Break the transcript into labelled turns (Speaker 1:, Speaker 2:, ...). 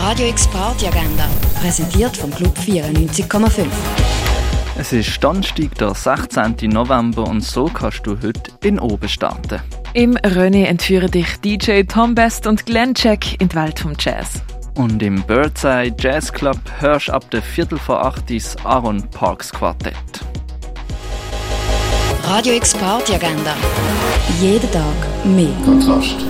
Speaker 1: Radio X Agenda, präsentiert vom Club 94,5.
Speaker 2: Es ist Donnerstag, der 16. November und so kannst du heute in oben starten.
Speaker 3: Im René entführen dich DJ Tom Best und Glenn Jack in die Welt vom Jazz.
Speaker 2: Und im Birdseye Jazz Club hörst ab der Viertel vor 8 das Aaron Parks Quartett.
Speaker 1: Radio X Agenda, jeden Tag mehr.
Speaker 4: Kontrast.